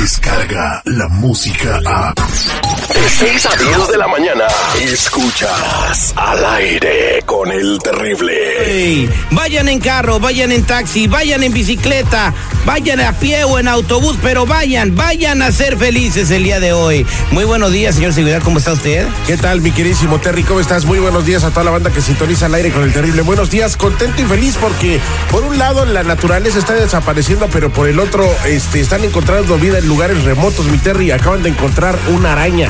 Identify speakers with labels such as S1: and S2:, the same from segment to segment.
S1: Descarga la música a. De 6 a 10 de la mañana. Escuchas al aire con el terrible.
S2: Ey, Vayan en carro, vayan en taxi, vayan en bicicleta, vayan a pie o en autobús, pero vayan, vayan a ser felices el día de hoy. Muy buenos días, señor Seguridad, ¿cómo está usted?
S3: ¿Qué tal, mi queridísimo Terry? ¿Cómo estás? Muy buenos días a toda la banda que sintoniza al aire con el terrible. Buenos días, contento y feliz porque, por un lado, la naturaleza está desapareciendo, pero por el otro, este, están encontrando vida en lugares remotos, mi Terry. Acaban de encontrar una araña.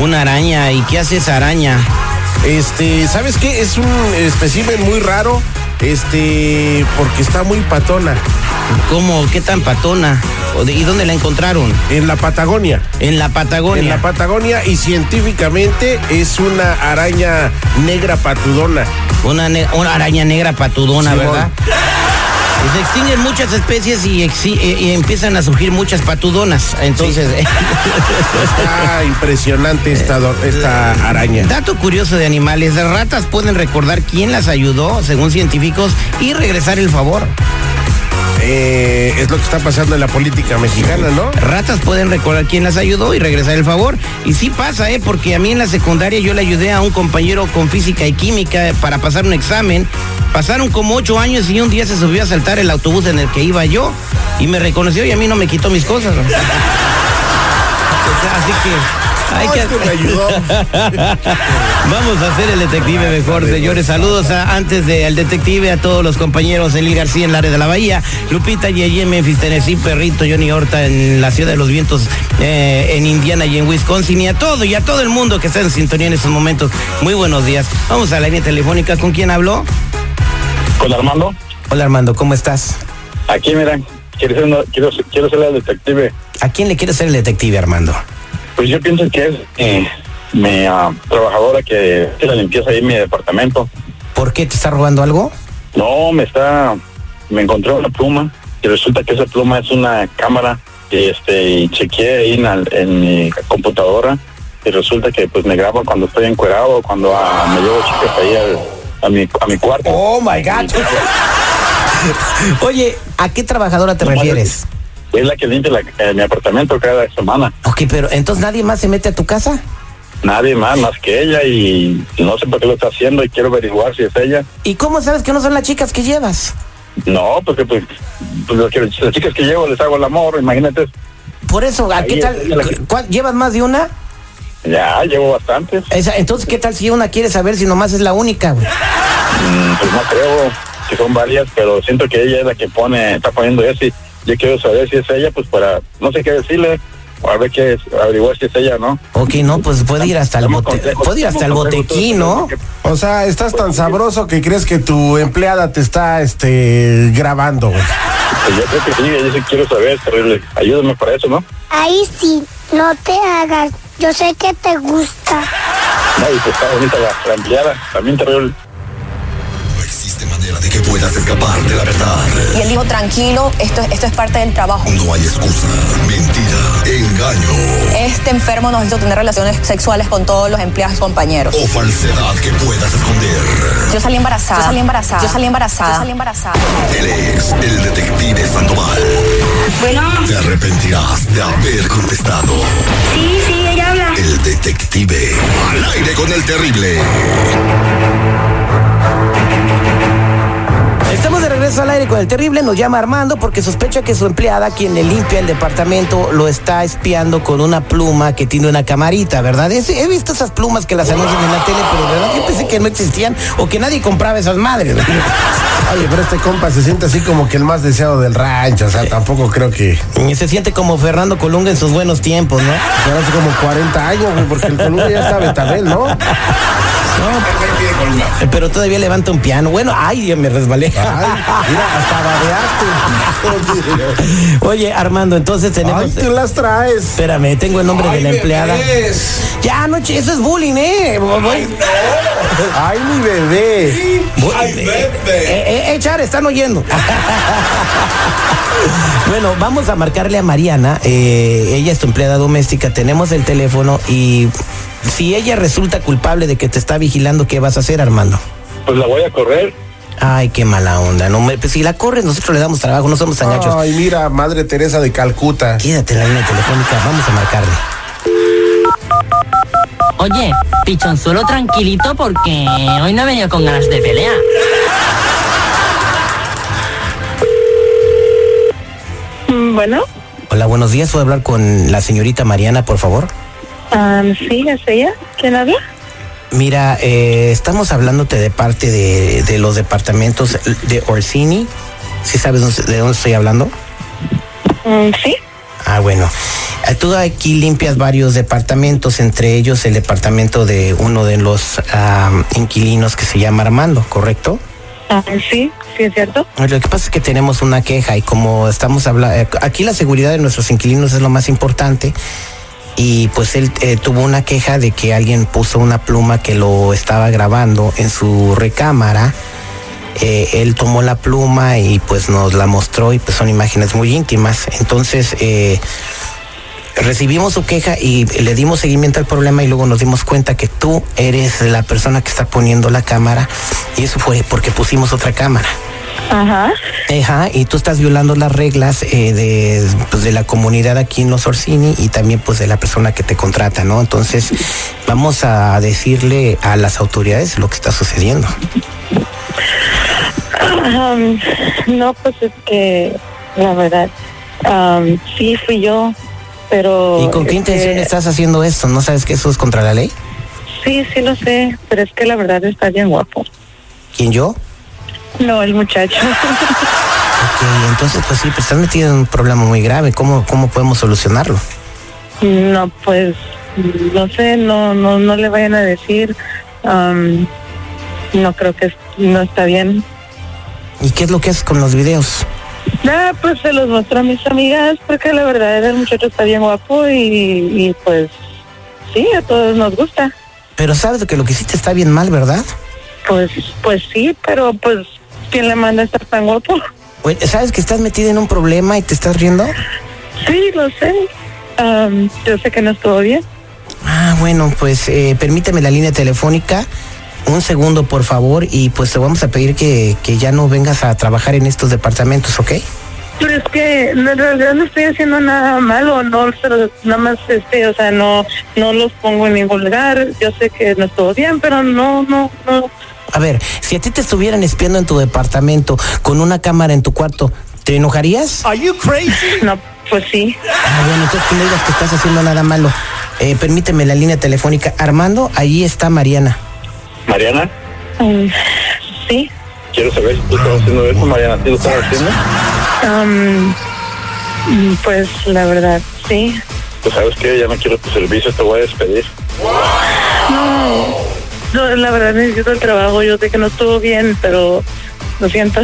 S2: Una araña, ¿y qué hace esa araña?
S3: Este, ¿sabes qué? Es un espécimen muy raro, este, porque está muy patona.
S2: ¿Cómo? ¿Qué tan patona? ¿O de- ¿Y dónde la encontraron?
S3: En la Patagonia.
S2: En la Patagonia.
S3: En la Patagonia y científicamente es una araña negra patudona.
S2: una, ne- una araña negra patudona,
S3: Simón.
S2: ¿verdad? Y Se extinguen muchas especies y, exi- eh, y- y empiezan a surgir muchas patudonas. Entonces,
S3: Está Ah, impresionante esta, do- esta araña.
S2: Dato curioso de animales, las ratas pueden recordar quién las ayudó, según científicos, y regresar el favor.
S3: Eh, es lo que está pasando en la política mexicana, ¿no?
S2: Ratas pueden recordar quién las ayudó y regresar el favor. Y sí pasa, ¿eh? Porque a mí en la secundaria yo le ayudé a un compañero con física y química para pasar un examen. Pasaron como ocho años y un día se subió a saltar el autobús en el que iba yo y me reconoció y a mí no me quitó mis cosas. O sea, Así que... Hay
S3: No,
S2: que...
S3: es que me ayudó.
S2: Vamos a hacer el detective mejor, señores. Saludos a- antes del detective a todos los compañeros Eli García en el área de la Bahía, Lupita Yeye en Memphis, Tennessee, Perrito, Johnny Horta en la Ciudad de los Vientos, eh, en Indiana y en Wisconsin, y a todo y a todo el mundo que está en sintonía en estos momentos. Muy buenos días. Vamos a la línea telefónica. ¿Con quién habló?
S4: Con Armando,
S2: Hola Armando, ¿cómo estás?
S4: aquí mira, quiero ser, una- quiero, ser- quiero ser la detective.
S2: ¿A quién le quieres ser el detective, Armando?
S4: Pues yo pienso que es eh, mi ah, trabajadora que hace la limpieza ahí en mi departamento.
S2: ¿Por qué te está robando algo?
S4: No, me está, me encontré una pluma y resulta que esa pluma es una cámara y este y chequeé ahí en, la- en mi computadora y resulta que pues me graba cuando estoy encuerado, cuando ah, me llevo chicas ahí al- a mi, a mi cuarto.
S2: Oh my God. Oye, ¿a qué trabajadora te
S4: Nomás
S2: refieres?
S4: Es la que limpia la- eh, mi apartamento cada semana.
S2: Ok, pero entonces nadie más se mete a tu casa.
S4: Nadie más, más que ella y no sé por qué lo está haciendo y quiero averiguar si es ella.
S2: ¿Y cómo sabes que no son las chicas que llevas?
S4: No, porque pues, pues lo que- las chicas que llevo les hago el amor, imagínate.
S2: Por eso, ¿a
S4: Ahí
S2: ¿qué
S4: es,
S2: tal?
S4: ella la que-
S2: ¿Cuá- ¿Llevas más de una?
S4: Ya, llevo bastantes.
S2: Esa- entonces, ¿qué tal si una quiere saber si nomás es la única? güey?
S4: Mm, Pues no creo que son varias, pero siento que ella es la que pone, está poniendo eso y yo quiero saber si es ella, pues para, no sé qué decirle, o a ver qué es, averiguar si es ella, ¿no?
S2: Ok, no, pues puede ir hasta el,
S4: Dame
S2: bote-
S4: consejos,
S2: puede ir hasta el
S4: dame consejos,
S2: botequín, ¿no?
S4: porque-
S3: O sea, estás tan sabroso que crees que tu empleada te está este, grabando, güey.
S4: pues, yo creo que sí, ella sí quiero saber, terrible. Ayúdame para eso, ¿no?
S5: Ahí sí, no te hagas. Yo sé que te gusta.
S4: No, y pues está bonita la, la empleada, también terrible.
S1: No existe manera de que puedas escapar de la verdad.
S6: Y él dijo, tranquilo, esto, esto es parte del trabajo.
S1: No hay excusa, mentira, engaño
S6: Este enfermo nos hizo tener relaciones sexuales con todos los empleados y compañeros.
S1: o falsedad que puedas esconder.
S6: Yo salí embarazada. Yo salí embarazada. Yo salí embarazada. Yo salí embarazada.
S1: Él es el detective Sandoval. Bueno. Te arrepentirás de haber contestado.
S7: Sí, sí, ella habla.
S1: El detective al aire con el terrible.
S2: Estamos de regreso al aire con el terrible. Nos llama Armando porque sospecha que su empleada, quien le limpia el departamento, lo está espiando con una pluma que tiene una camarita, ¿verdad? Es- he visto esas plumas que las anuncian en la tele, pero ¿verdad? Yo pensé que no existían o que nadie compraba esas madres.
S3: Oye, pero este compa se siente así como que el más deseado del rancho. O sea, tampoco creo que.
S2: Y se siente como Fernando Colunga en sus buenos tiempos, ¿no?
S3: Pero hace como 40 años, güey, porque el Columbia ya está Betabel, ¿no?
S2: Eh, Pero todavía levanta un piano. Bueno, ay, Dios, me resbalé.
S3: Ay, mira, hasta babeaste.
S2: Oye, Armando, entonces tenemos.
S3: Ay, tú las traes.
S2: Espérame, tengo el nombre de la
S3: Ay,
S2: empleada.
S3: bebés.
S2: Ya, anoche, eso es bullying, ¿eh? Voy-
S3: Ay, mi bebé.
S2: voy- eh, eh, eh, Char, están oyendo. bueno, vamos a marcarle a Mariana. eh, ella es tu empleada doméstica. Tenemos el teléfono y si ella resulta culpable de que te está vigilando, ¿qué vas a hacer, Armando?
S4: Pues la voy a correr
S2: Ay, qué mala onda. No, me- pues si la corres, nosotros le damos trabajo, no somos tan gachos.
S3: Ay, mira, Madre Teresa de Calcuta.
S2: Quédate en la línea telefónica, vamos a marcarle.
S8: Oye, pichonzuelo tranquilito porque hoy no he venido con ganas de pelear.
S7: Bueno,
S2: Hola, buenos días. ¿Puedo hablar con la señorita Mariana, por favor?
S7: am, Ah, sí, es ella. ¿Quién habla?
S2: Mira, eh, estamos hablándote de parte de, de los departamentos de Orsini. ¿Sí sabes dónde- de dónde estoy hablando?
S7: Mm, sí.
S2: Ah, bueno. Eh, Tú aquí limpias varios departamentos, entre ellos el departamento de uno de los am, inquilinos que se llama Armando, ¿correcto?
S7: Ah, sí, sí, es cierto.
S2: Lo que pasa es que tenemos una queja y como estamos hablando, aquí la seguridad de nuestros inquilinos es lo más importante y pues él eh, tuvo una queja de que alguien puso una pluma que lo estaba grabando en su recámara. Eh, él tomó la pluma y pues nos la mostró y pues son imágenes muy íntimas. Entonces eh, recibimos su queja y le dimos seguimiento al problema y luego nos dimos cuenta que tú eres la persona que está poniendo la cámara y eso fue porque pusimos otra cámara.
S7: Ajá.
S2: Ajá, y tú estás violando las reglas eh, de, pues, de la comunidad aquí en Los Orsini y también pues de la persona que te contrata, ¿no? Entonces vamos a decirle a las autoridades lo que está sucediendo.
S7: Am, Ah, no, pues es que la verdad, am, sí fui yo, pero... este,
S2: ¿Y con qué
S7: es que-
S2: intención estás haciendo esto? ¿No sabes que eso es contra la ley?
S7: Sí, sí lo sé, pero es que la verdad está bien guapo.
S2: ¿Quién yo?
S7: No, el muchacho.
S2: Ok, entonces pues sí, pues estás metido en un problema muy grave. ¿Cómo, cómo podemos solucionarlo?
S7: no, pues, no sé, no, no, no le vayan a decir. am, no creo que es- no está bien.
S2: ¿Y qué es lo que haces con los videos?
S7: Nada, pues se los mostró a mis amigas porque la verdad el muchacho está bien guapo y, y, pues sí, a todos nos gusta.
S2: Pero sabes que lo que hiciste está bien mal, ¿verdad?
S7: Pues pues sí, pero pues ¿quién le manda a estar tan guapo?
S2: Oye, ¿Sabes que estás metido en un problema y te estás riendo?
S7: Sí, lo sé. Am, yo sé que no estuvo bien.
S2: Ah, bueno, pues eh, permíteme la línea telefónica. Un segundo, por favor, y pues te vamos a pedir que, que ya no vengas a trabajar en estos departamentos, ¿ok?
S7: Pero es que no, en realidad no estoy haciendo nada malo, no, se los- nada más este, o sea, no no los pongo en ningún lugar. Yo sé que no estuvo bien, pero no, no, no.
S2: A ver, si a ti te estuvieran espiando en tu departamento con una cámara en tu cuarto, ¿te enojarías?
S3: Are you crazy?
S7: No, pues sí.
S2: Ah, bueno, entonces tú no digas que estás haciendo nada malo. Eh, permíteme la línea telefónica. Armando, ahí está Mariana.
S4: Mariana,
S7: Am, sí.
S4: quiero saber si tú estás haciendo eso, Mariana. ¿Sí lo estás haciendo?
S7: Am, mm, pues la verdad, sí.
S4: Pues sabes que ya no quiero tu servicio, te voy a despedir.
S7: No, la verdad necesito el trabajo. Yo sé que no estuvo bien, pero lo siento.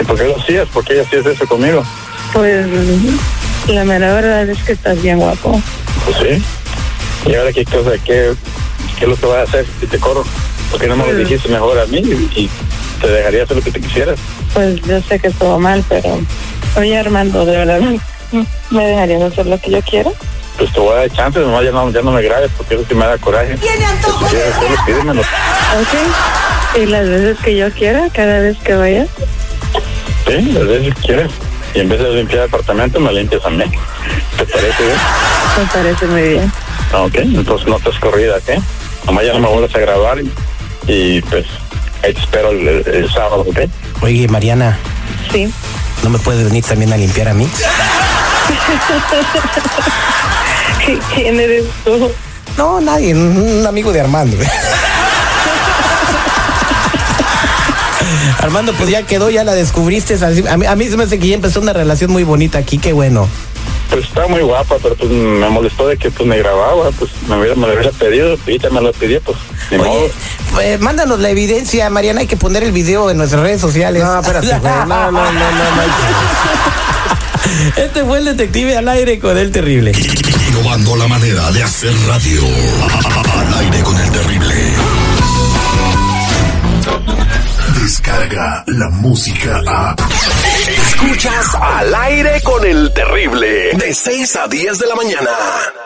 S4: ¿Y por qué lo hacías? ¿Por qué hacías eso conmigo?
S7: Pues la mera verdad es que estás bien guapo.
S4: Pues sí. ¿Y ahora qué cosa? ¿Qué, qué es lo que vas a hacer si te corro? Porque no me lo dijiste mejor a mí y, y te dejaría hacer lo que te quisieras.
S7: Pues yo sé que estuvo mal, pero oye Armando, de verdad, ¿me dejarías hacer lo que yo quiero?
S4: Pues te voy a dar chance, nomás ya no, ya no me grabes porque eso sí me da coraje. Si quieres hacerlo, pídemelo.
S7: Ok. Y las veces que yo quiera, cada vez que vaya.
S4: Sí, las veces que quieres. Y en vez de limpiar el apartamento, me limpias a mí. ¿Te parece bien?
S7: Me parece muy bien.
S4: Ah, Ok, entonces no estás corrida, ¿qué? Nomás ya no me vuelvas a grabar y, y, pues ahí te espero el, el- el sábado, ¿ok?
S2: Oye, Mariana,
S7: Sí.
S2: ¿no me puedes venir también a limpiar a mí?
S7: ¿Quién eres tú?
S2: No, nadie, un un amigo de Armando. Armando, pues ya quedó, ya la descubriste. así- A mí, a mí se me hace que ya empezó una relación muy bonita aquí, qué bueno.
S4: Pues está muy guapa, pero pues me molestó de que pues me grababa, pues me, hubiera- me lo hubiera pedido, y ya me lo pidió, pues ni modo.
S2: Oye, eh, mándanos la evidencia, Mariana, hay que poner el video en nuestras redes sociales.
S3: No, espérate, güey. No, no, no, no, no.
S2: Este fue el detective al aire con el terrible.
S1: Innovando la manera de hacer radio. Al aire con el terrible. Descarga la música a. Escuchas al aire con el terrible. De 6 a 10 de la mañana.